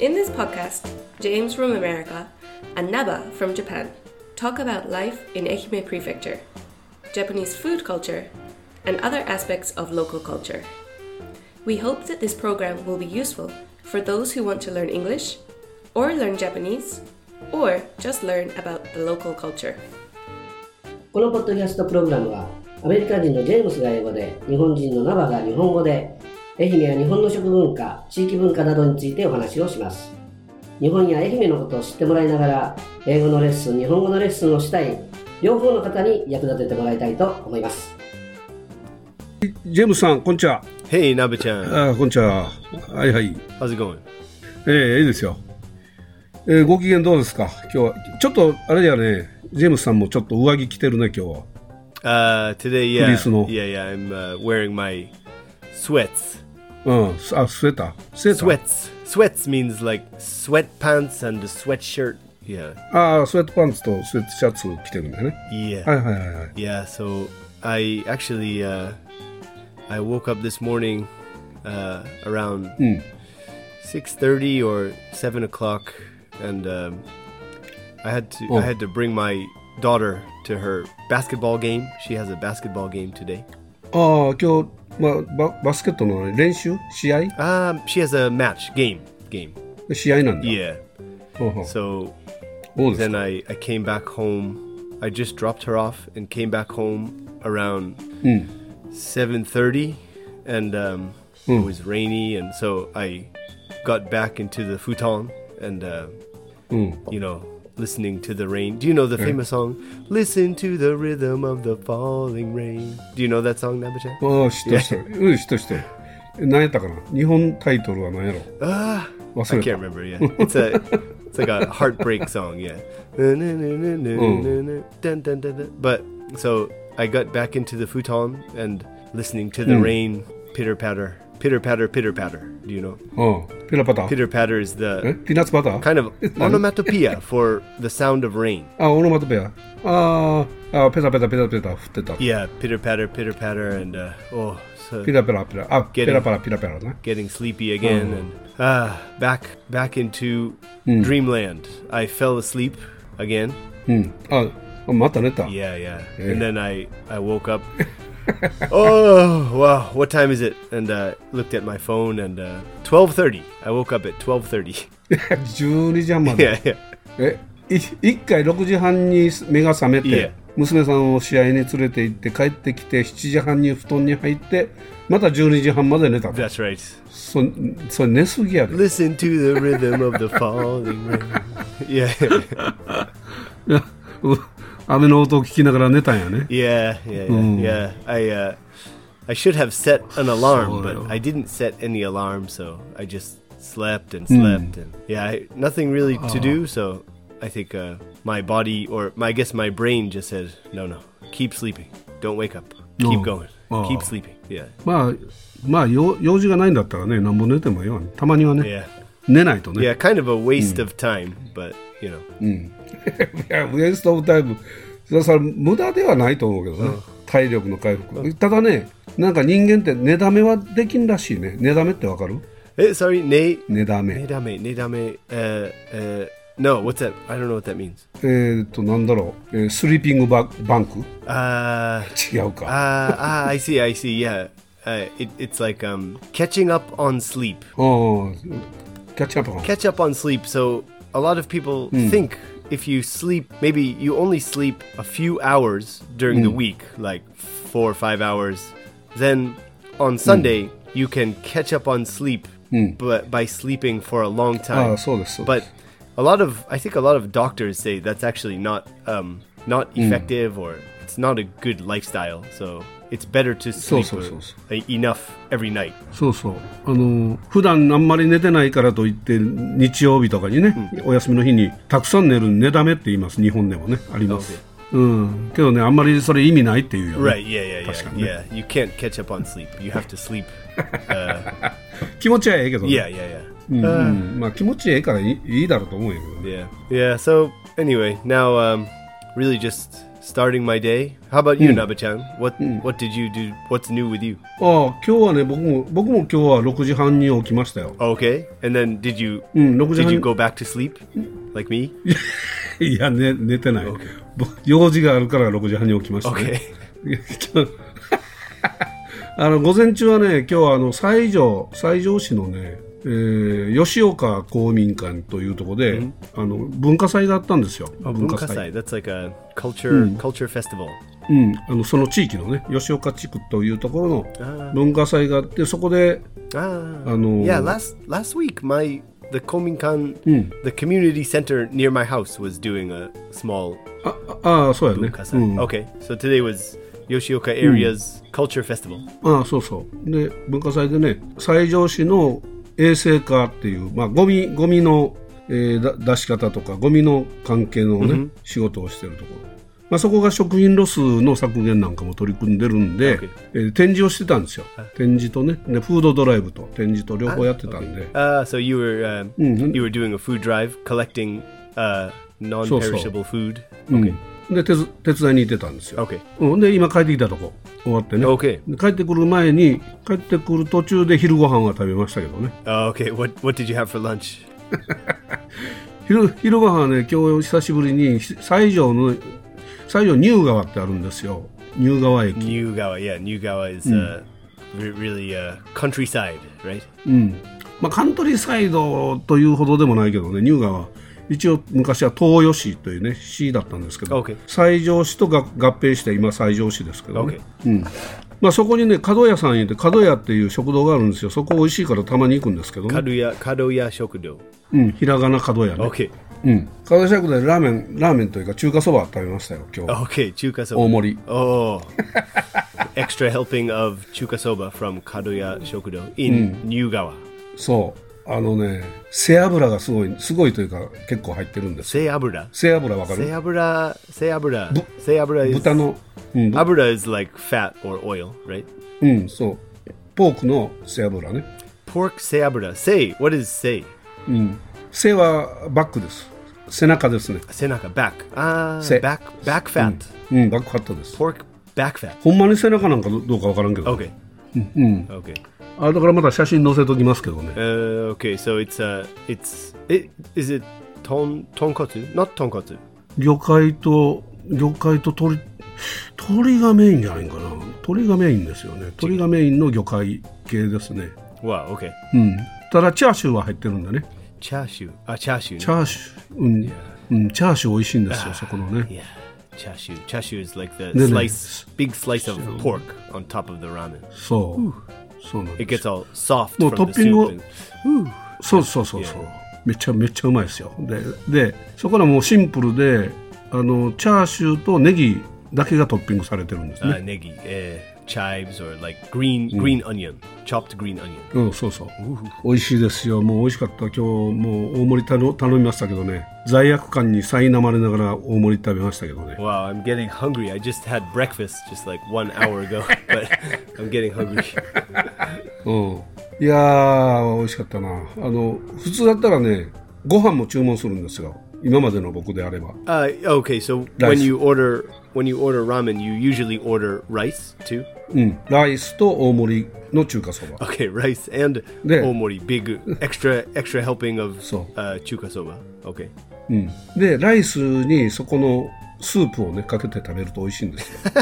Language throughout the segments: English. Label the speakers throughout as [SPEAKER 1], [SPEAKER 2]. [SPEAKER 1] In this podcast, James from America and Naba from Japan talk about life in Ehime Prefecture, Japanese food culture, and other aspects of local culture. We hope that this program will be useful for those who want to learn English, or learn Japanese, or just learn about the local culture.
[SPEAKER 2] このポッドキャストプログラムはアメリカ人のジェームスが英語で日本人のナバが日本語で愛媛や日本の食文化地域文化などについてお話をします日本や愛媛のことを知ってもらいながら英語のレッスン日本語のレッスンをしたい両方の方に役立ててもらいたいと思います
[SPEAKER 3] ジェームスさん、こんにちは。
[SPEAKER 4] Hey, Nabe-chan.
[SPEAKER 3] あーこんにちは。はいはい。
[SPEAKER 4] How's it going?
[SPEAKER 3] えー、いいですよ。えーご機嫌どうですか今日は。ちょっと、あれやね、ジェームスさんもちょっと上着着てるね、今日は。
[SPEAKER 4] Uh, today, yeah,
[SPEAKER 3] Kulisu-no.
[SPEAKER 4] yeah, yeah. I'm uh, wearing my sweats.
[SPEAKER 3] うん。すあ、スウェーター。スウェーター。
[SPEAKER 4] Sweats. Sweats means like sweatpants and a sweatshirt. Yeah,
[SPEAKER 3] ああ、スウェットパンツとスウェットシャツ着てるんだよね。
[SPEAKER 4] yeah,
[SPEAKER 3] はいはいはいはい。
[SPEAKER 4] yeah. So I actually uh, I woke up this morning uh, around six thirty or seven o'clock, and um, I had to
[SPEAKER 3] Oh.
[SPEAKER 4] I had to bring my daughter to her basketball game. She has a basketball game today.
[SPEAKER 3] ああ、今日、まあバ、バスケットの練習試合
[SPEAKER 4] Um, she has a match game game.
[SPEAKER 3] 試合なんだ。
[SPEAKER 4] Yeah.
[SPEAKER 3] ほうほう
[SPEAKER 4] So
[SPEAKER 3] どうです
[SPEAKER 4] then
[SPEAKER 3] か
[SPEAKER 4] I, I came back home. I just dropped her off and came back home around 7:30, and um, it was rainy, and so I got back into the futon and uh, you know listening to the rain. Do you know the famous song "Listen to the Rhythm of the Falling Rain"? Do you know that song, Nabachan?
[SPEAKER 3] ああ、知ってる知ってる。うん、知ってる知ってる。え何やったかな日本タイトルは何やろ
[SPEAKER 4] Ah, I
[SPEAKER 3] 忘れ
[SPEAKER 4] can't
[SPEAKER 3] た。
[SPEAKER 4] remember. Yeah, it's a it's like a heartbreak song. Yeah, Dun, dun, dun, dun. but so I got back into the futon and listening to the rain pitter patter, pitter patter, pitter patter. Do you know
[SPEAKER 3] うん。ピラパタ。
[SPEAKER 4] pitter patter is
[SPEAKER 3] え
[SPEAKER 4] the
[SPEAKER 3] ピーナッツバター
[SPEAKER 4] kind of
[SPEAKER 3] え何
[SPEAKER 4] onomatopoeia for the sound of rain?
[SPEAKER 3] あ、オノマトペア。あーあ、ペタペタペタペタ降ってた。
[SPEAKER 4] Yeah, pitter patter, pitter patter, and uh, oh, so
[SPEAKER 3] ピラペラピラ。あ、
[SPEAKER 4] Getting-
[SPEAKER 3] ペラパラピラペラね。
[SPEAKER 4] getting sleepy again and ah back back into dreamland. I fell asleep again.
[SPEAKER 3] うん。あ、あまた寝た。
[SPEAKER 4] Yeah, yeah. And then I I woke up. oh wow, what time is it? And uh, looked at my phone and uh, twelve thirty. I woke up at twelve thirty.
[SPEAKER 3] 12時半ま
[SPEAKER 4] yeah,
[SPEAKER 3] で。
[SPEAKER 4] yeah,
[SPEAKER 3] え、い一回6時半に目が覚め
[SPEAKER 4] いえ
[SPEAKER 3] て、娘さんを試合に連れて行って帰ってきて、7時半に布団に入って、また12時半まで寝た。
[SPEAKER 4] that's right.
[SPEAKER 3] そそれ寝すぎやで。
[SPEAKER 4] Listen to the rhythm of the falling rain. Yeah,
[SPEAKER 3] いやう雨の音を聞きながら寝たんやね。
[SPEAKER 4] yeah, yeah, yeah.
[SPEAKER 3] Hmm.
[SPEAKER 4] yeah. I uh, I should have set an alarm, but I didn't set any alarm, so I just slept and
[SPEAKER 3] Hmm.
[SPEAKER 4] slept and yeah, I, nothing really
[SPEAKER 3] Ah.
[SPEAKER 4] to do. So I think uh, my body or my, I guess my brain just said, no, no, keep sleeping, don't wake up, keep
[SPEAKER 3] Oh.
[SPEAKER 4] going,
[SPEAKER 3] Oh.
[SPEAKER 4] keep sleeping. Yeah,
[SPEAKER 3] まあ、まあ、用用事がないんだったらね、なんぼ寝てもいいわね。たまにはね、
[SPEAKER 4] yeah,
[SPEAKER 3] 寝ないとね。
[SPEAKER 4] yeah. Kind of a waste
[SPEAKER 3] Hmm.
[SPEAKER 4] of time, but you know,
[SPEAKER 3] いや、ウエストオブタイム、それはそれ無駄ではないと思うけどね、体力の回復。ただね、なんか人間って、寝だめはできんらしいね。寝だめってわかる
[SPEAKER 4] Eh, sorry, Nate.
[SPEAKER 3] 寝だめ。
[SPEAKER 4] Nedame, nedame, uh, uh, no, what's that? I don't know what that means.
[SPEAKER 3] えーっと、なんだろう、えースリーピングババンク
[SPEAKER 4] Uh,
[SPEAKER 3] 違うか。
[SPEAKER 4] Uh, ah, I see, I see. Yeah, uh, it, it's like um, catching up on sleep.
[SPEAKER 3] うんキャッチアップかな
[SPEAKER 4] Catch up on sleep. So a lot of people think if you sleep, maybe you only sleep a few hours during the week, like four or five hours. Then on Sunday you can catch up on sleep, but by sleeping for a long time.
[SPEAKER 3] ああ、そうです。そうです
[SPEAKER 4] But a lot of, I think a lot of doctors say that's actually not um, not effective or it's not a good lifestyle. So it's better to sleep
[SPEAKER 3] so, so, so.
[SPEAKER 4] uh, enough every night.
[SPEAKER 3] そうそう、あのー普段あんまり寝てないからといって、日曜日とかにね、お休みの日にたくさん寝る寝だめって言います、日本でもね、あります。うん、けどね、あんまりそれ意味ないっていうよ、ね
[SPEAKER 4] Right? Yeah, yeah, yeah,
[SPEAKER 3] 確かにね。
[SPEAKER 4] yeah. You can't catch up on sleep. You have to sleep. Uh,
[SPEAKER 3] 気持ちはええけどね、
[SPEAKER 4] yeah, yeah,
[SPEAKER 3] う
[SPEAKER 4] yeah.
[SPEAKER 3] ん
[SPEAKER 4] Uh,
[SPEAKER 3] まあ、気持ちええからいいいいだろうと思うんやけどね。
[SPEAKER 4] yeah, yeah. So anyway, now um, really just starting my day. How about you, Nabachan? What what did you do? What's new with you?
[SPEAKER 3] ああ今日はね僕も僕も今日は6時半に起きましたよ
[SPEAKER 4] Okay. And then did you
[SPEAKER 3] Mm, no, 'cause I
[SPEAKER 4] did you
[SPEAKER 3] haven't-
[SPEAKER 4] go back to sleep like me?
[SPEAKER 3] いや、ね、寝てない僕用事があるから6時半に起きました、ね
[SPEAKER 4] Okay.
[SPEAKER 3] いやちょ あの午前中はね今日はあの西条西条市のね、えー吉岡公民館というところで、あの文化祭があったんですよ
[SPEAKER 4] Bunkasai. That's like a culture culture festival.
[SPEAKER 3] うん、あのその地域のね吉岡地区というところの文化祭があってそこで
[SPEAKER 4] Ah.
[SPEAKER 3] あの
[SPEAKER 4] Yeah, last last week my the Kominkan the community center near my house was doing a small
[SPEAKER 3] あああそうやね、
[SPEAKER 4] kasai.
[SPEAKER 3] うん、あ
[SPEAKER 4] Okay. So today was Yoshioka area's culture festival.
[SPEAKER 3] あそうそうで文化祭でね西条市の衛生課っていう、まあ、ゴミゴミの、えーだ出し方とかゴミの関係のね、仕事をしてるところ、まあ、そこが食品ロスの削減なんかも取り組んでるんで
[SPEAKER 4] Okay.、
[SPEAKER 3] えー展示をしてたんですよ展示とねでフードドライブと展示と両方やってたんで、
[SPEAKER 4] Uh, so you were uh, you were doing a food drive, collecting uh, non-perishable food.
[SPEAKER 3] Mm. うん、で手ず手伝いに行ってたんですよ
[SPEAKER 4] Okay.
[SPEAKER 3] うん、で今帰ってきたとこ終わってね、
[SPEAKER 4] Okay.
[SPEAKER 3] で帰ってくる前に帰ってくる途中で昼ご飯は食べましたけどね
[SPEAKER 4] Uh, okay. What what did you have for lunch?
[SPEAKER 3] 昼昼ご飯はね今日久しぶりにひ西条の西条ニュー川ってあるんですよニュー川駅
[SPEAKER 4] Niugawa. Yeah, Niugawa is uh, re- really uh, countryside, right?
[SPEAKER 3] まあカントリーサイドというほどでもないけどねニュー川は一応昔は東予市というね市だったんですけど、
[SPEAKER 4] Okay.
[SPEAKER 3] 西条市とが合併して今西条市ですけどね、
[SPEAKER 4] Okay.
[SPEAKER 3] まあ、そこにね角屋さん行って角屋っていう食堂があるんですよそこ美味しいからたまに行くんですけどね
[SPEAKER 4] Kadoya Kadoya Shokudo.
[SPEAKER 3] うん、ひらがな角屋ね。
[SPEAKER 4] Okay.
[SPEAKER 3] うん。角屋シャクでラーメン、ラーメンというか中華そば食べましたよ、今日。
[SPEAKER 4] Okay. Chuka
[SPEAKER 3] 大
[SPEAKER 4] soba.
[SPEAKER 3] 盛り。
[SPEAKER 4] Oh. Extra helping of chuka soba from Kadoya Shokudo in Niugawa.
[SPEAKER 3] そう。あのね、背脂がすごい、すごいというか結構入ってるんです。
[SPEAKER 4] Seabura.
[SPEAKER 3] 背脂わかる
[SPEAKER 4] Seabura. Seabura.
[SPEAKER 3] Bu-
[SPEAKER 4] Seabura is
[SPEAKER 3] 豚の、うん、ぶ
[SPEAKER 4] Abura is like fat or oil, right?
[SPEAKER 3] うん、そう。ポークの背脂ね。
[SPEAKER 4] Pork seabra. Say, what is say?
[SPEAKER 3] 背はバックです。背中ですね。
[SPEAKER 4] Senaka, back. Ah,
[SPEAKER 3] Se-
[SPEAKER 4] back,
[SPEAKER 3] Mm.
[SPEAKER 4] back fat.
[SPEAKER 3] うん、バックハットです。
[SPEAKER 4] Pork back fat.
[SPEAKER 3] ほんまに背中なんかどどうかわからんけど。
[SPEAKER 4] Okay.
[SPEAKER 3] Mm-hmm.
[SPEAKER 4] Okay.
[SPEAKER 3] あ、だからまた写真載せときますけどね。
[SPEAKER 4] Uh, okay. So it's uh, it's it is it ton tonkotsu? Not tonkotsu.
[SPEAKER 3] 魚介と魚介と鳥鳥がメインじゃないかな鳥がメインですよね鳥がメインの魚介系ですね
[SPEAKER 4] Wow. Okay.
[SPEAKER 3] うんただチャーシューは入ってるんだね
[SPEAKER 4] Chashu. Ah, chashu.
[SPEAKER 3] チャーシューうん、うん、チャーシュー美味しいんですよそこのね
[SPEAKER 4] yeah. Chashu. Chashu is like the
[SPEAKER 3] No, no.
[SPEAKER 4] slice, big slice of pork on top of the ramen.
[SPEAKER 3] そうそうなん
[SPEAKER 4] It
[SPEAKER 3] です
[SPEAKER 4] gets all soft
[SPEAKER 3] Well,
[SPEAKER 4] from the
[SPEAKER 3] topping
[SPEAKER 4] soup.
[SPEAKER 3] o-
[SPEAKER 4] and-
[SPEAKER 3] そうそうそうそうめちゃめちゃうまいですよででそこらもうシンプルであのチャーシューとネギだけがトッピングされてるんです
[SPEAKER 4] uh,
[SPEAKER 3] ね
[SPEAKER 4] negi, eh, chives, or like green green onion, chopped green onion.
[SPEAKER 3] うん、そうそう。美味しいですよ。もう美味しかった。今日、もう大盛り頼頼みましたけどね。罪悪感に苛まれながら大盛り食べましたけどね。
[SPEAKER 4] Wow, I'm getting hungry. I just had breakfast just like one hour ago, but I'm getting hungry.
[SPEAKER 3] うん。いやー、美味しかったな。あの、普通だったらね、ご飯も注文するんですよ。今までの僕であれば。
[SPEAKER 4] Uh, okay, so when
[SPEAKER 3] Rice.
[SPEAKER 4] you order when you order ramen, you usually order rice too.
[SPEAKER 3] うん。ライスと大盛りの中華そば。
[SPEAKER 4] Okay, rice and
[SPEAKER 3] Yeah.
[SPEAKER 4] omori, big extra extra helping of
[SPEAKER 3] So.
[SPEAKER 4] uh, chuka soba. Okay,
[SPEAKER 3] うん。で、ライスにそこのスープをね、かけて食べると美味しいんですよ。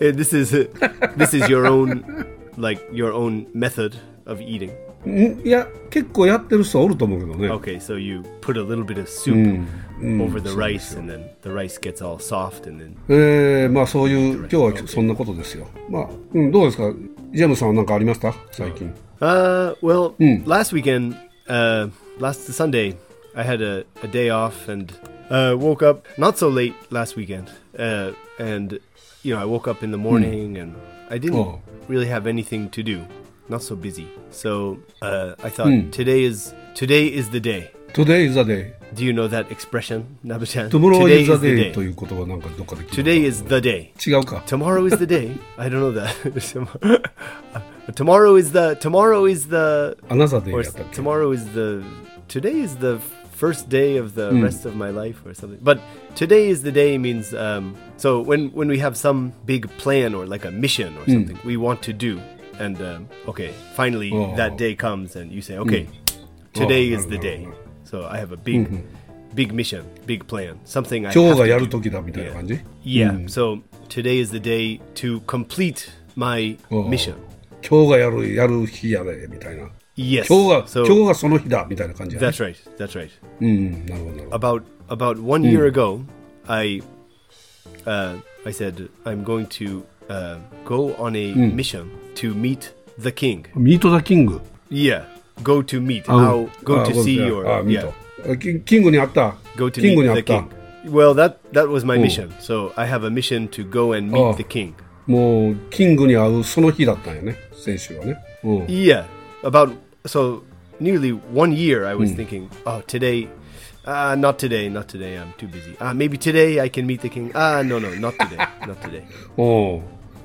[SPEAKER 4] Eh, this is this is your own like your own method of eating.
[SPEAKER 3] んいや、結構やってる人おると思うけどね。
[SPEAKER 4] Okay, so you put a little bit of soup
[SPEAKER 3] Mm,
[SPEAKER 4] over the rice, and then the rice gets all soft, and then
[SPEAKER 3] えー、まあそういう今日はそんなことですよ。まあ、うん、どうですか、ジェームスさんは何かありました最近。
[SPEAKER 4] Uh, well,
[SPEAKER 3] Mm.
[SPEAKER 4] last weekend, uh, last Sunday, I had a, a day off and uh, woke up not so late last weekend. Uh, and you know, I woke up in the morning and I didn't
[SPEAKER 3] Mm. Oh.
[SPEAKER 4] really have anything to do. Not so busy. So uh, I thought
[SPEAKER 3] Mm.
[SPEAKER 4] today is today is the day.
[SPEAKER 3] Today is the day.
[SPEAKER 4] Do you know that expression, Nabatan?
[SPEAKER 3] Tomorrow
[SPEAKER 4] today
[SPEAKER 3] is the day と
[SPEAKER 4] day.
[SPEAKER 3] いう言葉なんかどっかで聞いた。
[SPEAKER 4] Today is the day.
[SPEAKER 3] 違うか。
[SPEAKER 4] Tomorrow is the day. I don't know that. tomorrow is the tomorrow is the
[SPEAKER 3] Another day
[SPEAKER 4] or
[SPEAKER 3] やったっけ
[SPEAKER 4] tomorrow is the today is the first day of the rest of my life or something. But today is the day means um, so when when we have some big plan or like a mission or something we want to do, and um, okay, finally that day comes and you say, okay, today
[SPEAKER 3] Oh,
[SPEAKER 4] is
[SPEAKER 3] no,
[SPEAKER 4] the
[SPEAKER 3] no,
[SPEAKER 4] day.
[SPEAKER 3] no.
[SPEAKER 4] So I have a big. Big mission, big plan, something I
[SPEAKER 3] 今
[SPEAKER 4] have
[SPEAKER 3] 日が
[SPEAKER 4] to
[SPEAKER 3] やる
[SPEAKER 4] do.
[SPEAKER 3] 時だみたいな感じ
[SPEAKER 4] Yeah. So today is the day to complete my
[SPEAKER 3] おう
[SPEAKER 4] mission.
[SPEAKER 3] 今日がやるやる日やでみたいな
[SPEAKER 4] Yes.
[SPEAKER 3] 今日が
[SPEAKER 4] so
[SPEAKER 3] 今日がその日だみたいな感じや、ね、
[SPEAKER 4] that's right. That's right.
[SPEAKER 3] うんなるほどなるほど
[SPEAKER 4] About about one year ago, I uh, I said I'm going to uh, go on a mission to meet the king.
[SPEAKER 3] ミート・ザ・キング
[SPEAKER 4] Yeah. Go to meet.
[SPEAKER 3] あ
[SPEAKER 4] How go
[SPEAKER 3] あ
[SPEAKER 4] to
[SPEAKER 3] ごめん
[SPEAKER 4] see
[SPEAKER 3] あ
[SPEAKER 4] your
[SPEAKER 3] ミー
[SPEAKER 4] yeah.
[SPEAKER 3] ト、あキキングに会った
[SPEAKER 4] Go to
[SPEAKER 3] キングに会
[SPEAKER 4] meet the
[SPEAKER 3] った
[SPEAKER 4] king. Well, that that was my mission. So I have a mission to go and meet
[SPEAKER 3] Oh.
[SPEAKER 4] the king.
[SPEAKER 3] もうキングに会うその日だったんよね先週はね、うん、
[SPEAKER 4] Yeah, about so nearly one year. I was thinking, oh, today, uh, not today, not today. I'm too busy. Ah, maybe today I can meet the king. Ah, no, no, not today, not today.
[SPEAKER 3] おう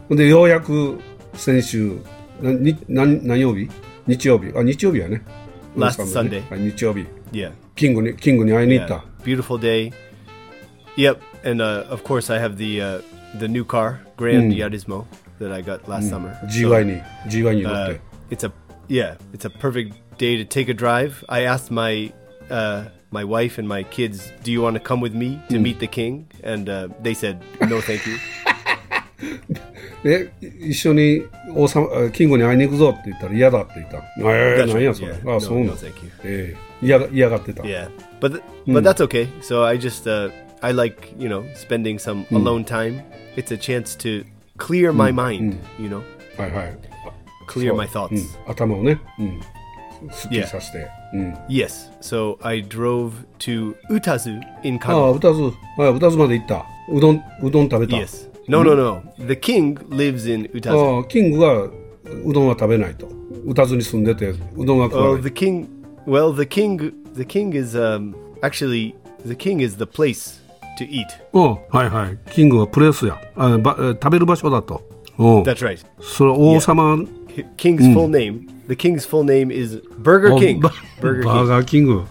[SPEAKER 3] ほんでようやく先週なに何何曜日日曜日あ日曜日やね
[SPEAKER 4] Last
[SPEAKER 3] うんサンデーね
[SPEAKER 4] Sunday
[SPEAKER 3] あ日曜日
[SPEAKER 4] Yeah,
[SPEAKER 3] キングにキングに会いに行
[SPEAKER 4] yeah.
[SPEAKER 3] った、
[SPEAKER 4] beautiful day. Yep, and uh, of course I have the uh, the new car, Grand Yarismo, that I got last summer. So,
[SPEAKER 3] GY に GY に乗っ
[SPEAKER 4] uh,
[SPEAKER 3] て、
[SPEAKER 4] it's a yeah, it's a perfect day to take a drive. I asked my uh, my wife and my kids, "Do you want to come with me to meet the king?" And uh, they said, "No, thank you."
[SPEAKER 3] え一緒に王様あキングに会いに行くぞって言ったら嫌だって言ったええ
[SPEAKER 4] That's
[SPEAKER 3] 何
[SPEAKER 4] right,
[SPEAKER 3] やそれ
[SPEAKER 4] yeah.
[SPEAKER 3] あ
[SPEAKER 4] No,
[SPEAKER 3] そうな
[SPEAKER 4] no,
[SPEAKER 3] ん
[SPEAKER 4] thank you.
[SPEAKER 3] ええ嫌が嫌がってた、
[SPEAKER 4] Yeah, but th- but that's okay. So I just uh, I like you know spending some alone time. It's a chance to clear my mind. You know,
[SPEAKER 3] はいはい、
[SPEAKER 4] clear my
[SPEAKER 3] うん
[SPEAKER 4] thoughts.、
[SPEAKER 3] 頭をね、うん、すっきりさせて、うん、あ
[SPEAKER 4] Yes. So I drove to Utazu in
[SPEAKER 3] あ
[SPEAKER 4] Kano.
[SPEAKER 3] 歌津あ歌津まで行ったうどんうどん食べた
[SPEAKER 4] yes. No, no, no. The king lives in Utazu.
[SPEAKER 3] ああキングはうどんは食べないと歌津に住んでてうどんは食
[SPEAKER 4] Well,
[SPEAKER 3] わない
[SPEAKER 4] Oh, the king. Well, the king. The king is um actually the king is the place to eat.
[SPEAKER 3] うんはいはいキングはプレスやあばえ食べる場所だとうん
[SPEAKER 4] That's right.
[SPEAKER 3] それは王様
[SPEAKER 4] Ki- King's full name. The king's full name is Burger
[SPEAKER 3] あ
[SPEAKER 4] King.
[SPEAKER 3] バ
[SPEAKER 4] Burger
[SPEAKER 3] バー
[SPEAKER 4] King.
[SPEAKER 3] ガーキング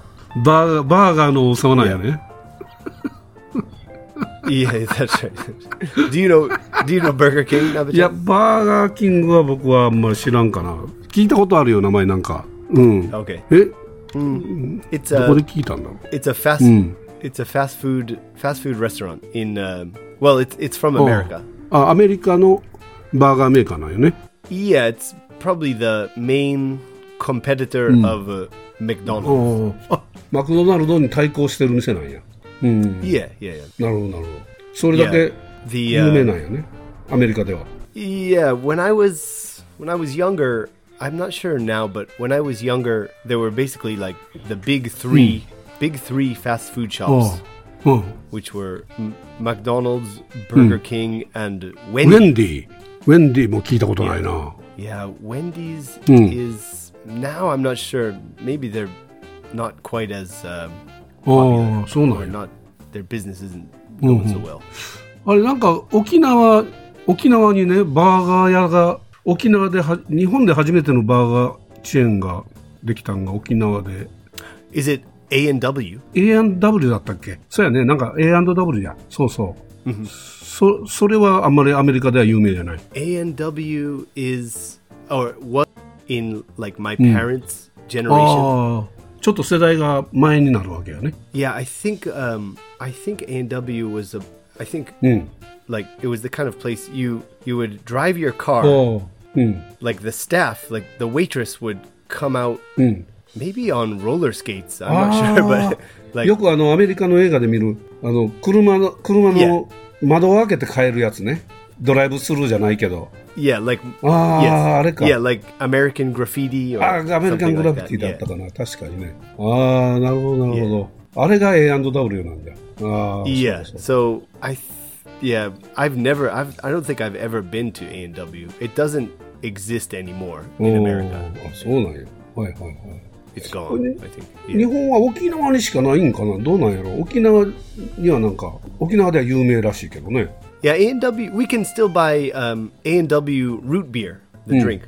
[SPEAKER 3] バーガーバーガーの王様なんやね
[SPEAKER 4] Yeah, that's right. do you know? Do you know Burger King?
[SPEAKER 3] いやバーガーキングは僕はあんまり知らんかな聞いたことあるよ名前なんかうんえ
[SPEAKER 4] Okay.
[SPEAKER 3] ど
[SPEAKER 4] It's
[SPEAKER 3] こで
[SPEAKER 4] a
[SPEAKER 3] 聞いたんだろう
[SPEAKER 4] it's a fast it's a fast food fast food restaurant in um, well it's it's
[SPEAKER 3] Oh.
[SPEAKER 4] from America.
[SPEAKER 3] あアメリカのバーガーメーカーなんよね
[SPEAKER 4] Yeah, it's probably the main competitor of uh, McDonald's.
[SPEAKER 3] おーあマクドナルドに対抗してる店なんや
[SPEAKER 4] Yeah, yeah, yeah.
[SPEAKER 3] なるほどなるほどそれだ
[SPEAKER 4] yeah.
[SPEAKER 3] け
[SPEAKER 4] The
[SPEAKER 3] 有名
[SPEAKER 4] uh,
[SPEAKER 3] なんやねアメリカでは
[SPEAKER 4] yeah, when I was when I was younger, I'm not sure now, but when I was younger, there were basically like the big 3, big 3 fast food
[SPEAKER 3] Oh.
[SPEAKER 4] shops.
[SPEAKER 3] うん
[SPEAKER 4] which were M- McDonald's, Burger King, and
[SPEAKER 3] ウ
[SPEAKER 4] Wendy's.
[SPEAKER 3] ェンディウェンディも聞いたことないな
[SPEAKER 4] yeah, Wendy's is now I'm not sure. Maybe they're not quite as um,
[SPEAKER 3] ああそうな
[SPEAKER 4] or
[SPEAKER 3] んや
[SPEAKER 4] not their business isn't going so well.
[SPEAKER 3] あれなんか沖縄沖縄にねバーガー屋が沖縄では日本で初めてのバーガーチェーンができたんが沖縄で
[SPEAKER 4] Is it A and W?
[SPEAKER 3] A&W だったっけそうやねなんか A&W やそうそう、そそれはあんまりアメリカでは有名じゃない
[SPEAKER 4] A and W is or what in like my
[SPEAKER 3] Hmm.
[SPEAKER 4] parents' generation?
[SPEAKER 3] ああちょっと世代が前になるわけやね
[SPEAKER 4] Yeah, I think um, I think A and W was a I think
[SPEAKER 3] うん。
[SPEAKER 4] like it was the kind of place you you would drive your car.
[SPEAKER 3] おーうん。
[SPEAKER 4] like the staff, like the waitress would come out maybe on roller skates.
[SPEAKER 3] Hmm.
[SPEAKER 4] I'm
[SPEAKER 3] Ah.
[SPEAKER 4] not sure, but like
[SPEAKER 3] よくあのアメリカの映画で見るあの車の車の窓を開けて帰るやつねドライブスルーじゃないけど
[SPEAKER 4] yeah, like
[SPEAKER 3] Ah, America.
[SPEAKER 4] yeah, like American graffiti or
[SPEAKER 3] あーアメリカン
[SPEAKER 4] something
[SPEAKER 3] グ
[SPEAKER 4] like
[SPEAKER 3] ラフィティだ
[SPEAKER 4] that.
[SPEAKER 3] った
[SPEAKER 4] Yeah.
[SPEAKER 3] かな、確かにねああなるほどなるほど、あれが A&W なんだよああ
[SPEAKER 4] Yeah,
[SPEAKER 3] そうそう
[SPEAKER 4] So I, th- yeah, I've never, I've, I don't think I've ever been to A and W. It doesn't exist anymore
[SPEAKER 3] お
[SPEAKER 4] in
[SPEAKER 3] ー
[SPEAKER 4] America.
[SPEAKER 3] あそうなんやはいはいはい
[SPEAKER 4] It's gone. I think.
[SPEAKER 3] 日
[SPEAKER 4] Yeah.
[SPEAKER 3] 本は沖縄にしかないんかなどうなんやろ沖縄にはなんか沖縄では有名らしいけどね
[SPEAKER 4] Yeah, A and W. We can still buy um A and W root beer, the drink.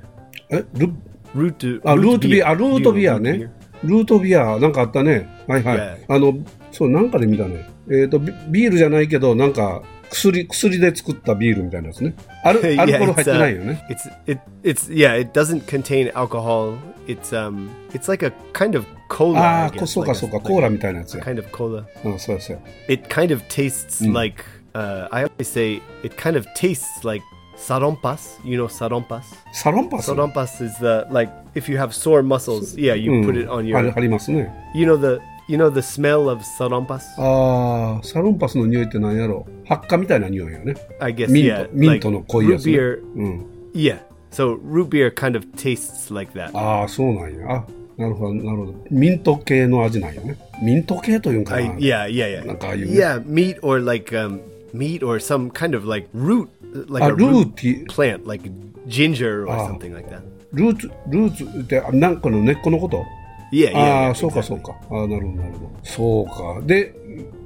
[SPEAKER 3] えル
[SPEAKER 4] Root,
[SPEAKER 3] あルートビア
[SPEAKER 4] Do
[SPEAKER 3] ル
[SPEAKER 4] you
[SPEAKER 3] ー
[SPEAKER 4] know
[SPEAKER 3] トビア
[SPEAKER 4] Hmm. Ah, root
[SPEAKER 3] ね
[SPEAKER 4] beer?
[SPEAKER 3] ルートビアなんかあったねはいはい、
[SPEAKER 4] Yeah.
[SPEAKER 3] あのそうなんかで見たねえっ、とビビールじゃないけどなんか薬薬で作ったビールみたいなやつねアルア ルコール入って ないよね
[SPEAKER 4] it's it it's yeah, it doesn't contain alcohol. It's um it's like a kind of cola.
[SPEAKER 3] あ
[SPEAKER 4] I
[SPEAKER 3] あこ
[SPEAKER 4] guess,
[SPEAKER 3] そう
[SPEAKER 4] like
[SPEAKER 3] か
[SPEAKER 4] a-
[SPEAKER 3] そうか
[SPEAKER 4] like
[SPEAKER 3] コーラ
[SPEAKER 4] a
[SPEAKER 3] みたいなやつや
[SPEAKER 4] kind of cola.
[SPEAKER 3] うんそうやそうや
[SPEAKER 4] It kind of tastes like uh, I always say it kind of tastes like sarompas. You know sarompas.
[SPEAKER 3] サロンパス
[SPEAKER 4] Sarompas is the like if you have sore muscles, yeah, you
[SPEAKER 3] うん
[SPEAKER 4] put it hmm. on
[SPEAKER 3] あり
[SPEAKER 4] your
[SPEAKER 3] ありますね
[SPEAKER 4] you know the you know the smell of sarompas.
[SPEAKER 3] ああサロンパスの匂いって何やろ発火みたいな匂いよね
[SPEAKER 4] I guess
[SPEAKER 3] ミント、
[SPEAKER 4] yeah,
[SPEAKER 3] ミン
[SPEAKER 4] like
[SPEAKER 3] トの濃いや
[SPEAKER 4] root
[SPEAKER 3] つ、ね
[SPEAKER 4] beer.
[SPEAKER 3] うん
[SPEAKER 4] Yeah, Hmm. so root beer kind of tastes like that.
[SPEAKER 3] ああそうなんやあなるほどなるほどミント系の味なんやねミント系というんかな
[SPEAKER 4] I, yeah, yeah, yeah.
[SPEAKER 3] Like, are you-
[SPEAKER 4] yeah, meat or like um, meat or some kind of like root, like
[SPEAKER 3] Ah,
[SPEAKER 4] a root Ah.
[SPEAKER 3] rooty.
[SPEAKER 4] plant, like ginger or something like that.
[SPEAKER 3] ルーツルーツってあなんかの根っこのこと
[SPEAKER 4] Yeah, yeah.
[SPEAKER 3] ああ
[SPEAKER 4] yeah,
[SPEAKER 3] そうかそ
[SPEAKER 4] exactly.
[SPEAKER 3] うかああなるほどなるほどそうかで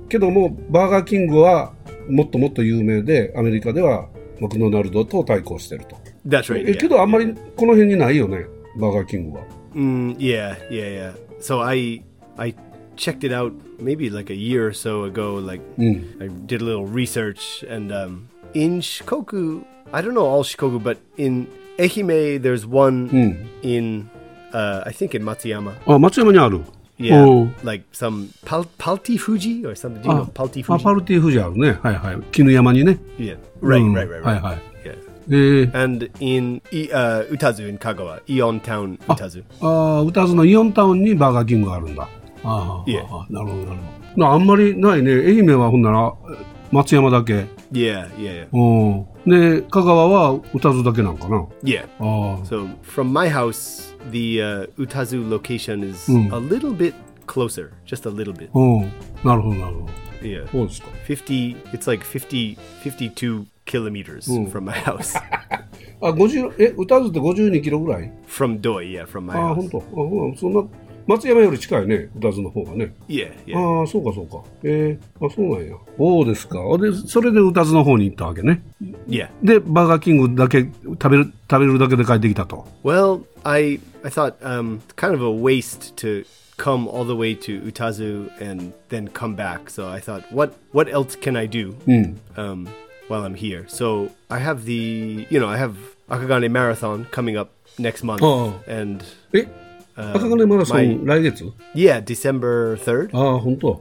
[SPEAKER 3] けどもバーガーキングはもっともっと有名でアメリカではマクドナルドと対抗してると
[SPEAKER 4] That's right.
[SPEAKER 3] え
[SPEAKER 4] Yeah,
[SPEAKER 3] けどあんまりこの辺にないよねバーガーキングは
[SPEAKER 4] Mm, yeah, yeah, yeah. So I I checked it out maybe like a year or so ago. Like I did a little research, and um, in Shikoku, I don't know all Shikoku, but in Ehime, there's one in uh, I think in Matsuyama.
[SPEAKER 3] あ松山にある
[SPEAKER 4] Yeah,
[SPEAKER 3] おう
[SPEAKER 4] like some pal- Palti Fuji or something. Do you know
[SPEAKER 3] あ
[SPEAKER 4] Palti
[SPEAKER 3] あ
[SPEAKER 4] Fuji?
[SPEAKER 3] パルティフジあるねはいはい絹山にね
[SPEAKER 4] yeah, right,
[SPEAKER 3] うん
[SPEAKER 4] right, right,
[SPEAKER 3] はい
[SPEAKER 4] right.
[SPEAKER 3] はい
[SPEAKER 4] Yeah,
[SPEAKER 3] えー、
[SPEAKER 4] and in I- uh, Utazu in Kagawa, Eon Town Utazu.
[SPEAKER 3] ああ、歌津のイオンタウンにバーガーキングがあるんだ。ああ、
[SPEAKER 4] いえ
[SPEAKER 3] ああなるほど、なるほど。なあんまりないね。愛媛はほんなら、え松山だけ。
[SPEAKER 4] Yeah, yeah, yeah.
[SPEAKER 3] うん。で、香川は歌津だけなんかな。
[SPEAKER 4] yeah.
[SPEAKER 3] ああ、
[SPEAKER 4] So from my house, the uh, Utazu location is a little bit closer, just a little bit.
[SPEAKER 3] うん。なるほど、なるほど。
[SPEAKER 4] Yeah,
[SPEAKER 3] そうですか。
[SPEAKER 4] fifty. It's like 50, 52 kilometers from my house,
[SPEAKER 3] あ、50、え、歌津って52キロぐらい
[SPEAKER 4] from Doi. Yeah, from my
[SPEAKER 3] ああ、ほ
[SPEAKER 4] house.
[SPEAKER 3] んと。あほらそんな、松山より近いね、歌津の方がね。
[SPEAKER 4] Yeah, yeah.
[SPEAKER 3] ああ、そうか、そうか。えー、あ、そうなんや。そうですか。あで、それで歌津の方に行ったわけね。
[SPEAKER 4] Yeah.
[SPEAKER 3] で、バーガーキングだけ食べる、食べるだけで帰ってきたと。
[SPEAKER 4] Well, I I thought um, it's kind of a waste to come all the way to Utazu and then come back. So I thought, what what else can I do um, while I'm here? So I have the you know I have Akagane Marathon coming up next month,
[SPEAKER 3] Oh.
[SPEAKER 4] and
[SPEAKER 3] え赤金マラソン、来月
[SPEAKER 4] yeah, December third,
[SPEAKER 3] ああ、本当。ああ、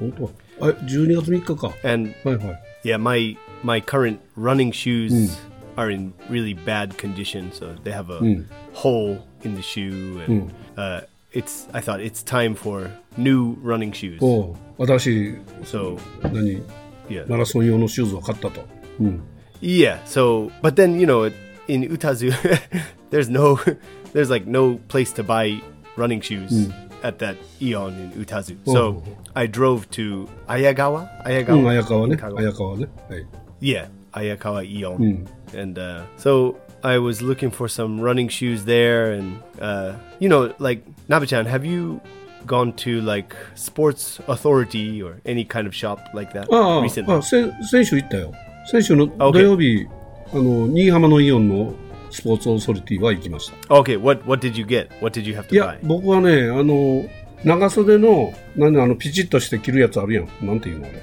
[SPEAKER 3] 本当。あ、12月3日か。
[SPEAKER 4] and
[SPEAKER 3] はいはい。
[SPEAKER 4] yeah, my my current running shoes. Are in really bad condition, so they have a hole in the shoe, and uh, it's. I thought it's time for new running shoes.
[SPEAKER 3] おう新しい、
[SPEAKER 4] So
[SPEAKER 3] 何、
[SPEAKER 4] yeah,
[SPEAKER 3] マラソン用のシューズを買ったと。うん。
[SPEAKER 4] yeah. So, but then you know, in Utazu, there's no, there's like no place to buy running shoes at that Eon in Utazu. So I drove to Ayagawa,
[SPEAKER 3] うん、
[SPEAKER 4] Ayagawa,
[SPEAKER 3] 綾川ね。
[SPEAKER 4] Kagawa.
[SPEAKER 3] 綾川ね。はい。
[SPEAKER 4] yeah, uh, Ayakawa Eon, and uh, so I was looking for some running shoes there, and uh, you know, like Nabe-chan, have you? gone to like sports authority or any kind of shop like that
[SPEAKER 3] あ
[SPEAKER 4] recently
[SPEAKER 3] あ、あせ先週行ったよ。先週の土曜日、あの、新居浜のイオンのスポーツオーソリティは行きました。
[SPEAKER 4] Okay, what what did you get? What did you have
[SPEAKER 3] い
[SPEAKER 4] to
[SPEAKER 3] や
[SPEAKER 4] buy?、
[SPEAKER 3] 僕はね、あの、長袖の、なんであの、ピチッとして着るやつあるやん。なんていうのあれ。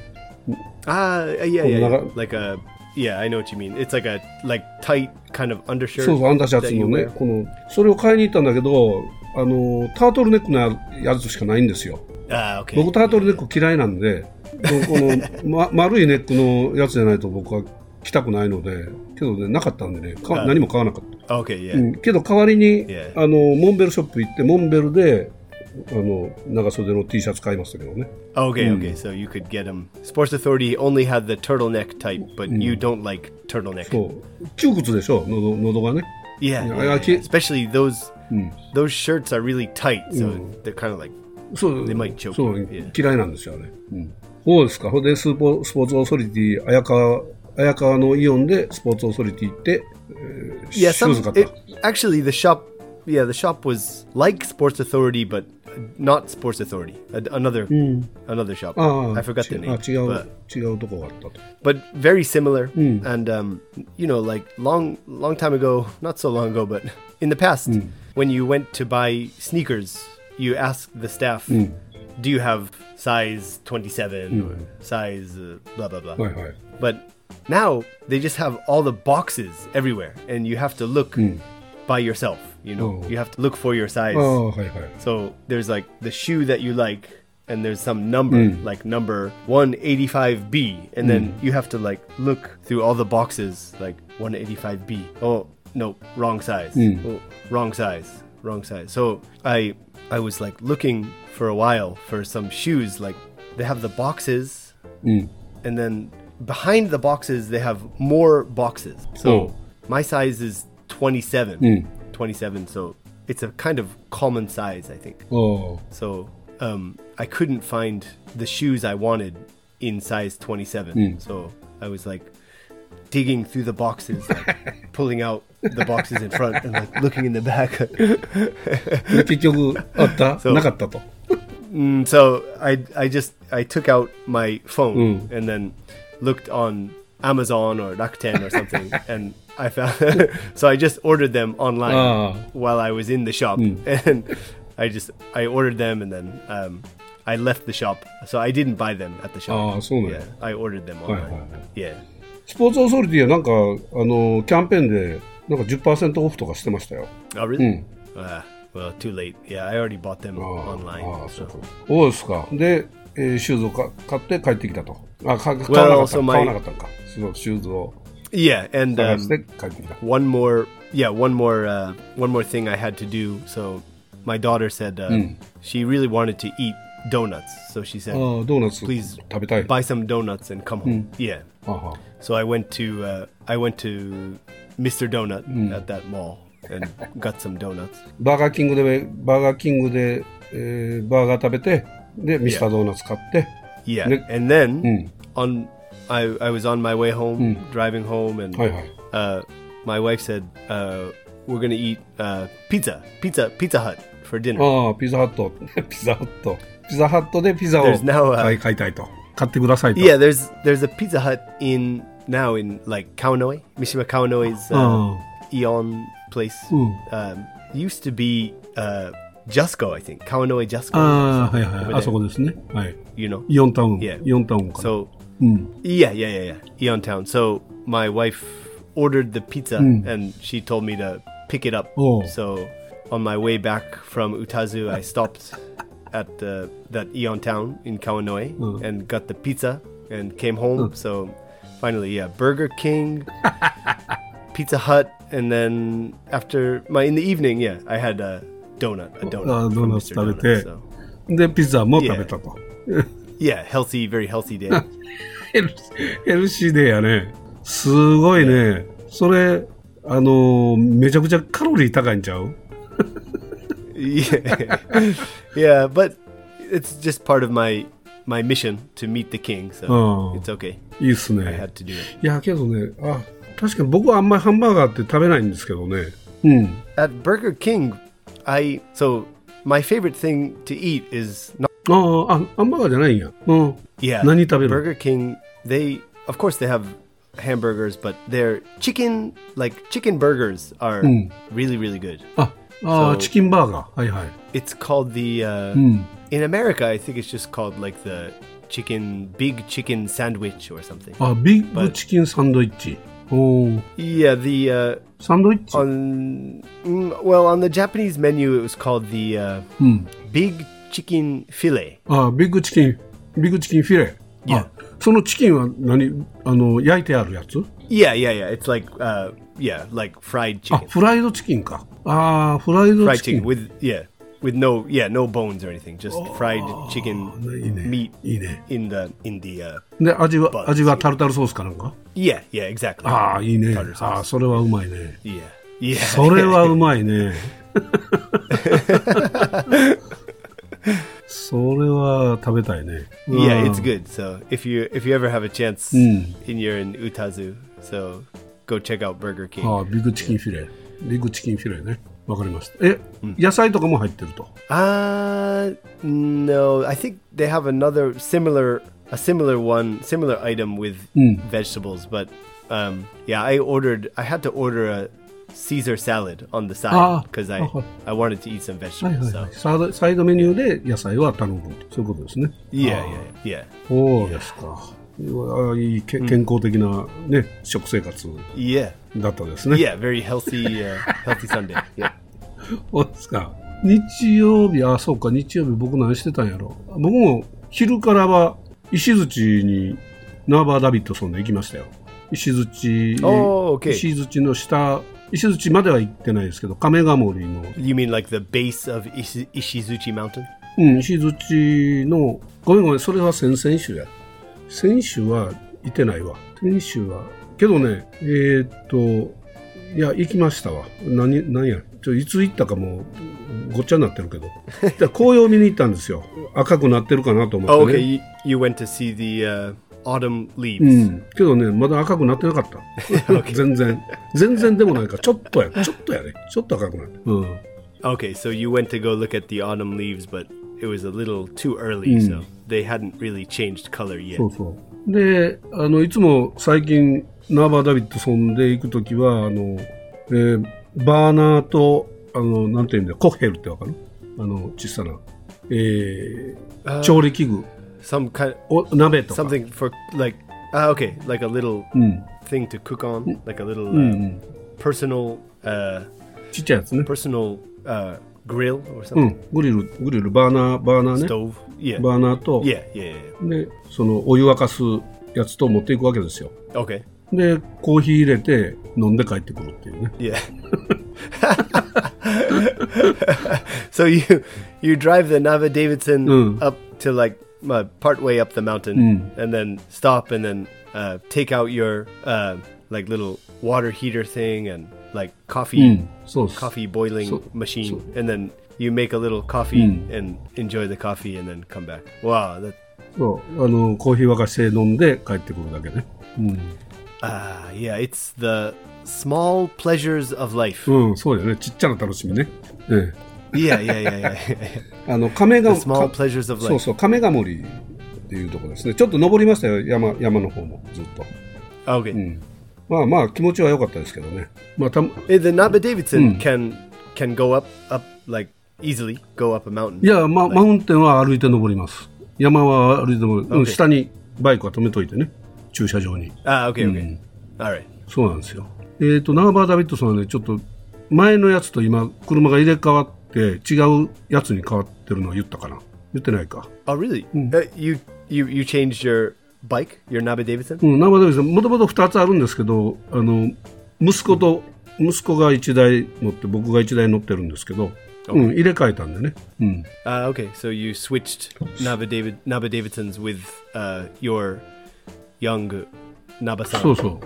[SPEAKER 4] Ah, uh, yeah, yeah, yeah.
[SPEAKER 3] Nara-
[SPEAKER 4] like a yeah, I know what you mean. It's like a like tight kind of undershirt.
[SPEAKER 3] そうそう、アンダーシャツ
[SPEAKER 4] that you
[SPEAKER 3] の
[SPEAKER 4] wear.
[SPEAKER 3] ね、この、それを買いに行ったんだけど、あの、タートルネックのやつしかないんですよ。
[SPEAKER 4] Ah, okay.
[SPEAKER 3] 僕、タートルネック嫌いなんで、この、 ま、丸いネックのやつじゃないと僕は着たくないので、けどね、なかったんでね、か何も買わなかった。
[SPEAKER 4] Okay, yeah.
[SPEAKER 3] うんけど、代わりに、
[SPEAKER 4] Yeah.
[SPEAKER 3] あの、モンベルショップ行って、モンベルで、あの、長袖の T シャツ買いましたけどね。
[SPEAKER 4] Okay, okay. So you could get them. Sports Authority only had the turtleneck type, but you don't like turtleneck.
[SPEAKER 3] そう。窮屈でしょ、喉、喉がね。
[SPEAKER 4] Yeah,
[SPEAKER 3] Yeah,
[SPEAKER 4] yeah,
[SPEAKER 3] I
[SPEAKER 4] yeah.
[SPEAKER 3] keep-
[SPEAKER 4] especially those those shirts are really tight, so they're kind of like
[SPEAKER 3] そう、
[SPEAKER 4] They might choke
[SPEAKER 3] そう
[SPEAKER 4] Yeah.
[SPEAKER 3] 嫌いなんですよね。そうですか。ほんでスーポ、スポーツオーソリティ、綾川、綾川のイオンでスポーツオーソリティ行って、えー
[SPEAKER 4] yeah.
[SPEAKER 3] シュー
[SPEAKER 4] Some
[SPEAKER 3] ズ買っ
[SPEAKER 4] it,
[SPEAKER 3] た。
[SPEAKER 4] actually the shop, yeah, the shop was like Sports Authority, but not Sports Authority. A, another another shop.
[SPEAKER 3] ああ、
[SPEAKER 4] I forgot
[SPEAKER 3] ち
[SPEAKER 4] the name.
[SPEAKER 3] あ違
[SPEAKER 4] but-
[SPEAKER 3] う、違うとこがあったと。
[SPEAKER 4] but very similar. And um, you know, like long, Hmm. long time ago, not so long ago, but in the past, when you went to buy sneakers you ask the staff, do you have size 27 or size uh, blah blah blah.
[SPEAKER 3] はいはい。
[SPEAKER 4] But now they just have all the boxes everywhere, and you have to look by yourself. You know,
[SPEAKER 3] Oh.
[SPEAKER 4] you have to look for your size.
[SPEAKER 3] ああ、はいはい。
[SPEAKER 4] So there's like the shoe that you like, and there's some number, like number 185B, and then you have to like look through all the boxes, like 185B. Oh no, wrong size. Oh, wrong size. Wrong size. So I I was like looking for a while for some shoes. Like they have the boxes, and then behind the boxes they have more boxes. So
[SPEAKER 3] Oh.
[SPEAKER 4] my size is 27. 27, so it's a kind of common size, I think.
[SPEAKER 3] お
[SPEAKER 4] So um, I couldn't find the shoes I wanted in size 27. So I was like digging through the boxes, like, pulling out the boxes in front and like looking in the back.
[SPEAKER 3] ー結局、あった
[SPEAKER 4] そう
[SPEAKER 3] なかったと。
[SPEAKER 4] Mm, so I, I just I took out my
[SPEAKER 3] Mm.
[SPEAKER 4] phone and then looked on Amazon or Rakuten or something, and I found. so I just ordered them online
[SPEAKER 3] Ah. Mm.
[SPEAKER 4] while I was in the shop, and I just I ordered them and then um, I left the shop. So I didn't buy them at the shop.
[SPEAKER 3] Ah, so nice.
[SPEAKER 4] yeah, I ordered them
[SPEAKER 3] right,
[SPEAKER 4] online.
[SPEAKER 3] right.
[SPEAKER 4] Yeah.
[SPEAKER 3] スポーツオーソリティはなんか、あの、キャンペーンで、なんか10%オフとかしてましたよ。
[SPEAKER 4] Oh
[SPEAKER 3] Mm.
[SPEAKER 4] really? Ah, well, too late. Yeah, I already bought them
[SPEAKER 3] ああ
[SPEAKER 4] online.
[SPEAKER 3] ああ、そう
[SPEAKER 4] so.
[SPEAKER 3] そう。そうですか。で、えーシューズをか買って帰ってきたと。あ、か買わなか
[SPEAKER 4] Well,
[SPEAKER 3] った
[SPEAKER 4] so
[SPEAKER 3] の
[SPEAKER 4] my-
[SPEAKER 3] 買わなかったのか。そのシューズを
[SPEAKER 4] Yeah, and
[SPEAKER 3] 探
[SPEAKER 4] um,
[SPEAKER 3] して帰ってきた。
[SPEAKER 4] one more yeah one more uh, one more thing i had to do so my daughter said uh,
[SPEAKER 3] Hmm.
[SPEAKER 4] she really wanted to eat donuts so she said
[SPEAKER 3] ああ、ドーナツ
[SPEAKER 4] please
[SPEAKER 3] 食べたい。
[SPEAKER 4] buy some donuts and come
[SPEAKER 3] Hmm.
[SPEAKER 4] home yeah
[SPEAKER 3] ああ
[SPEAKER 4] so i went to uh, i went to mr donut
[SPEAKER 3] Hmm.
[SPEAKER 4] at that mall and got some donuts
[SPEAKER 3] バーガーキングで、バーガーキングで、えーバーガー食べて、で、ミスタードーナツ買って、
[SPEAKER 4] yeah
[SPEAKER 3] Nick-
[SPEAKER 4] and then
[SPEAKER 3] Hmm.
[SPEAKER 4] on I, I was on my way home driving home and
[SPEAKER 3] Hi, hi.
[SPEAKER 4] uh, my wife said uh, we're gonna eat uh, pizza pizza pizza hut for dinner
[SPEAKER 3] ああ、ピザハット、 ピザハット、ピザハットでピザを
[SPEAKER 4] There's now a-
[SPEAKER 3] 買い買いたいと。買ってくださいと。
[SPEAKER 4] Yeah, there's there's a Pizza Hut in now in like Kawanoe, Mishima Kawanoe's uh,
[SPEAKER 3] Oh.
[SPEAKER 4] Eon place. Um, used to be uh, Jusco, I think Kawanoe Jusco.
[SPEAKER 3] ああ、はいはい
[SPEAKER 4] over
[SPEAKER 3] はい。
[SPEAKER 4] there,
[SPEAKER 3] あそこですね。はい。
[SPEAKER 4] You know.
[SPEAKER 3] イオンタウン。
[SPEAKER 4] Yeah.
[SPEAKER 3] イオンタウンかな。
[SPEAKER 4] So yeah, yeah, yeah, yeah. Eon Town. So my wife ordered the pizza and she told me to pick it up.
[SPEAKER 3] Oh.
[SPEAKER 4] So on my way back from Utazu, I stopped at the, that Eon Town in Kawanoe and got the pizza and came home. So finally, yeah, Burger King, Pizza Hut, and then after my in the evening, yeah, I had a donut, Oh, a donut.
[SPEAKER 3] ああ
[SPEAKER 4] from
[SPEAKER 3] ドーナ
[SPEAKER 4] Mr.
[SPEAKER 3] ツ食べ
[SPEAKER 4] Donut,
[SPEAKER 3] て
[SPEAKER 4] so.、
[SPEAKER 3] で、ピザも食べたと。
[SPEAKER 4] Yeah, healthy, very healthy day.
[SPEAKER 3] ヘルシーヘルシーでやね。すごいね。それ、あのー、めちゃくちゃカロリー高いんちゃう
[SPEAKER 4] yeah. yeah, but it's just part of my my mission to meet the king, so
[SPEAKER 3] Oh.
[SPEAKER 4] it's okay.
[SPEAKER 3] いいっす
[SPEAKER 4] I
[SPEAKER 3] ね
[SPEAKER 4] had。to do it.
[SPEAKER 3] いや、けどね、あ、確かに僕はあんまりハンバーガーって食べないんですけどね。うん。
[SPEAKER 4] At Burger King, I so my favorite thing to eat is not
[SPEAKER 3] ああ、あ、ハンバーガーじゃないんや。うん。
[SPEAKER 4] yeah.
[SPEAKER 3] 何食べる
[SPEAKER 4] Burger King, they of course they have hamburgers, but their chicken like chicken burgers are really really good.
[SPEAKER 3] あ、あー
[SPEAKER 4] So-
[SPEAKER 3] チキンバーガー。はいはい。
[SPEAKER 4] It's called the uh, in America, I think it's just called like the chicken big chicken sandwich or something.
[SPEAKER 3] あ、ビッグチキンサンドイッチ。おー
[SPEAKER 4] Yeah, the uh,
[SPEAKER 3] サンドイッチ。
[SPEAKER 4] on mm, well on the Japanese menu it was called the uh, big chicken fillet.
[SPEAKER 3] あ、ビッグチキン、ビッグチキンフィレ。あ、そのチキンは何あの、焼いてあるやつ
[SPEAKER 4] Yeah, yeah, yeah. It's like uh, yeah, like Oh, fried
[SPEAKER 3] あ
[SPEAKER 4] chicken,
[SPEAKER 3] フライドチキンかああフライド
[SPEAKER 4] fried
[SPEAKER 3] チキ
[SPEAKER 4] chicken Oh,
[SPEAKER 3] ン
[SPEAKER 4] with yeah, with no yeah, no bones or anything, just fried chicken
[SPEAKER 3] いいね
[SPEAKER 4] meat
[SPEAKER 3] いいね
[SPEAKER 4] in the in the uh,
[SPEAKER 3] で味は
[SPEAKER 4] Buns
[SPEAKER 3] 味はタルタルソースかなんか
[SPEAKER 4] yeah, yeah, exactly.
[SPEAKER 3] ああいいね
[SPEAKER 4] Tartar sauce.
[SPEAKER 3] ああそれはうまいね
[SPEAKER 4] Yeah, yeah.
[SPEAKER 3] それはうまい ねそれは食べたいね
[SPEAKER 4] yeah, it's good. So if you if you ever have a chance and you're in Utazu, so go check out Burger King.
[SPEAKER 3] ああビッグチキンフィレビッグチキンフィレねわかりましたえ、野菜とかも入ってると
[SPEAKER 4] Uh no, I think they have another similar a similar one, similar item with vegetables, but um yeah, I ordered I had to order a Caesar salad on the
[SPEAKER 3] Ah.
[SPEAKER 4] side because I,
[SPEAKER 3] Uh-huh.
[SPEAKER 4] I wanted to eat some
[SPEAKER 3] はい
[SPEAKER 4] vegetables.
[SPEAKER 3] はい
[SPEAKER 4] So
[SPEAKER 3] はいサードサイドメニューで野菜は頼むそういうことですね
[SPEAKER 4] yeah, yeah, yeah,
[SPEAKER 3] そうですかうわいいけ健康的な、ね食生活
[SPEAKER 4] yeah,
[SPEAKER 3] だったですね
[SPEAKER 4] yeah. Very healthy, uh, healthy Sunday. Yeah.
[SPEAKER 3] そうですか。日曜日、あ、そうか、日曜日僕何してたんやろ。僕も昼からは石槌にナーバー・ダビッドソンで行きましたよ。石槌、
[SPEAKER 4] Oh, okay.
[SPEAKER 3] 石槌の下、石槌までは行ってないですけど、亀ヶ森の、
[SPEAKER 4] You mean like the base of Ishi- Ishizuchi Mountain?
[SPEAKER 3] うん、石槌の、ごめんごめん、それは先々週や。先週はいてないわ。先週は、けどね、えーっと、いや、行きましたわ。何、何や。ちょいつ行ったかもう、ごっちゃになってるけど。だから紅葉見に行ったんですよ。赤くなってるかなと思
[SPEAKER 4] Oh,
[SPEAKER 3] って
[SPEAKER 4] okay.
[SPEAKER 3] ね。
[SPEAKER 4] You, you went to see the uh, autumn leaves.
[SPEAKER 3] うん、けどね、まだ赤くなってなかった。全然。全然でもないから、ちょっとや、ちょっとやね。ちょっと赤くなって。うん。
[SPEAKER 4] Okay, so you went to go look at the autumn leaves, but it was a little too early, so they hadn't really changed color yet.
[SPEAKER 3] そうそう。で、あの、いつも最近、ナーバー・ダビッドソンで行くときは、あの、えーバーナーと、あの、なんていうんだよコッヘルってわかるあの、小さな、えー調理器具、
[SPEAKER 4] Some kind,
[SPEAKER 3] お鍋とか。
[SPEAKER 4] something for like, ah, okay, like a little
[SPEAKER 3] うん。
[SPEAKER 4] thing to cook on, like a little uh,
[SPEAKER 3] うん。
[SPEAKER 4] personal, uh,
[SPEAKER 3] ちっちゃいやつね。
[SPEAKER 4] personal uh, grill or
[SPEAKER 3] う
[SPEAKER 4] something,
[SPEAKER 3] ん。グリル、グリル、バーナー、バーナーね。
[SPEAKER 4] stove. Yeah.
[SPEAKER 3] バーナーと、
[SPEAKER 4] yeah, yeah, yeah.
[SPEAKER 3] で、その、お湯沸かすやつと持っていくわけですよ。
[SPEAKER 4] Okay.
[SPEAKER 3] で、コーヒー入れて、飲んで帰ってくるっていうね。
[SPEAKER 4] Yeah. so you you drive the Nava Davidson
[SPEAKER 3] Mm.
[SPEAKER 4] up to like uh, partway up the mountain,
[SPEAKER 3] Hmm.
[SPEAKER 4] and then stop, and then uh, take out your uh, like little water heater thing and like coffee
[SPEAKER 3] うん。そうです。
[SPEAKER 4] coffee boiling
[SPEAKER 3] Hmm. So-
[SPEAKER 4] machine,
[SPEAKER 3] so- Hmm.
[SPEAKER 4] and then you make a little coffee and enjoy the coffee, and then come back. Wow, that
[SPEAKER 3] そう、あの、コーヒー沸かして飲んで帰ってくるだけね。
[SPEAKER 4] ah yeah, it's the small pleasures of life.
[SPEAKER 3] うん、そうだよね。ちっちゃな楽しみね。え
[SPEAKER 4] yeah, yeah, yeah, yeah.
[SPEAKER 3] え。あの、亀が
[SPEAKER 4] The small pleasures of life.
[SPEAKER 3] そうそう、亀ヶ森っていうところですね。ちょっと登りましたよ、山、山の方も、ずっと。
[SPEAKER 4] okay.
[SPEAKER 3] まあまあ、気持ちは良かったですけどね。まあ、た、い
[SPEAKER 4] Eh, The Naba Davidson can can go up up like easily go up a mountain.
[SPEAKER 3] や、ま、マウンテンは歩いて登ります。山は歩いて登る。うん
[SPEAKER 4] Okay.
[SPEAKER 3] 下にバイクは止めといてね。駐車場に。
[SPEAKER 4] Ah, okay, okay. All right.
[SPEAKER 3] そうなんですよ。えっ、と、ナーバー・ダビッドソンはね、ちょっと前のやつと今、車が入れ替わって、違うやつに変わってるのは言ったかな。言ってないか。
[SPEAKER 4] Oh, really? Uh, you you you changed your bike, your Naba Davidson?
[SPEAKER 3] うん、ナーバー・ダビッドソン、もともと2つあるんですけど、あの、息子と、息子が1台乗って、僕が1台乗ってるんですけど、うん、入れ替えたんでね。うん。
[SPEAKER 4] Ah, okay. So you switched Naba David Naba Davidsons with uh, your young Naba
[SPEAKER 3] そう
[SPEAKER 4] san.
[SPEAKER 3] そう。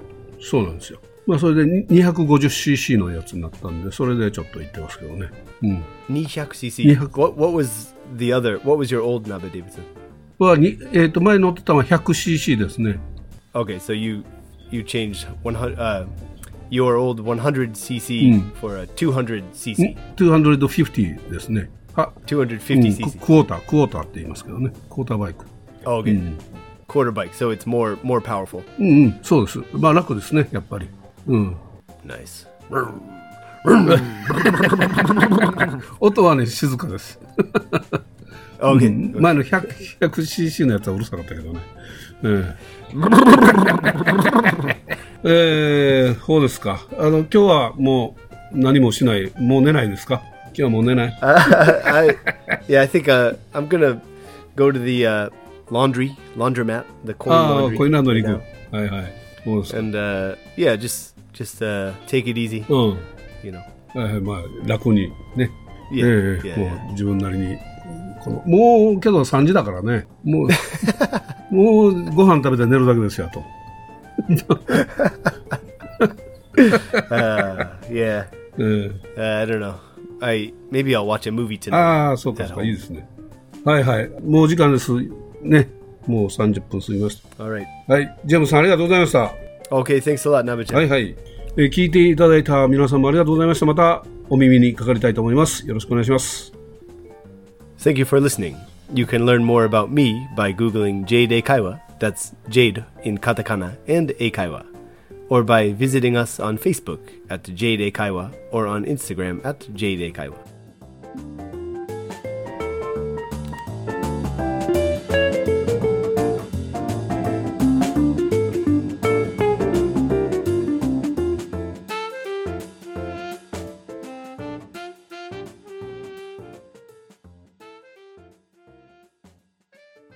[SPEAKER 3] そうなんですよ。まあ、それで 250cc のやつになったんで、それでちょっと行ってますけどね。うん。
[SPEAKER 4] 200cc. What what was the other? What was your old Naba Davidson?
[SPEAKER 3] は、にえっ、と、前乗ってたのは 100cc ですね。
[SPEAKER 4] Okay, so you you changed 100 uh, your old 100cc for a
[SPEAKER 3] Hmm.
[SPEAKER 4] 200cc.
[SPEAKER 3] 250ですね。あ、うんク
[SPEAKER 4] 250cc.
[SPEAKER 3] クォーター、クォーターって言いますけどね。クォーターバイク。
[SPEAKER 4] Oh, okay. Quarter bike, so it's more more powerful.
[SPEAKER 3] うんうん、そうです。まあ楽ですね、やっぱり。うん。
[SPEAKER 4] Nice.
[SPEAKER 3] 音はね、静かです。
[SPEAKER 4] Okay.
[SPEAKER 3] 前の100 100cc のやつはうるさかったけどね。えええーそうですか。あの、今日はもう何もしない。もう寝ないですか今日はもう寝ない。
[SPEAKER 4] I, I- yeah, I think uh, I'm gonna go to the uh, laundry laundromat, the Ah, coin
[SPEAKER 3] ああ、
[SPEAKER 4] laundry,
[SPEAKER 3] コインランドに
[SPEAKER 4] right
[SPEAKER 3] 行
[SPEAKER 4] now.
[SPEAKER 3] く。はいはい。そうですか。
[SPEAKER 4] and uh, yeah, just just uh, take it easy,
[SPEAKER 3] うん。
[SPEAKER 4] you know.
[SPEAKER 3] はいはい、まあ楽にね。
[SPEAKER 4] いや
[SPEAKER 3] ええ
[SPEAKER 4] いやいや
[SPEAKER 3] もう自分なりに。このもうけど3時だからね。もう、 もうご飯食べて寝るだけですよ、あと。
[SPEAKER 4] Uh, yeah,
[SPEAKER 3] え
[SPEAKER 4] uh, I don't know. I maybe I'll watch a movie
[SPEAKER 3] え
[SPEAKER 4] tonight.
[SPEAKER 3] ああ、そうか、
[SPEAKER 4] な
[SPEAKER 3] そう
[SPEAKER 4] るほ
[SPEAKER 3] か、
[SPEAKER 4] ど
[SPEAKER 3] いいですね。はいはい。もう時間です。ね。もう30分過ぎまし
[SPEAKER 4] All right.
[SPEAKER 3] た。はい。ジェームスさんありがとうございました。
[SPEAKER 4] Okay. Thanks a lot, Nabachan.
[SPEAKER 3] はいはい。えー聞いていただいた皆さんもありがとうございました。またお耳にかかりたいと思います。よろしくお願いします。
[SPEAKER 4] Thank you for listening. You can learn more about me by Googling Jade Eikaiwa, that's Jade in katakana and Eikaiwa, or by visiting us on Facebook at JDayKaiwa or on Instagram at JDayKaiwa.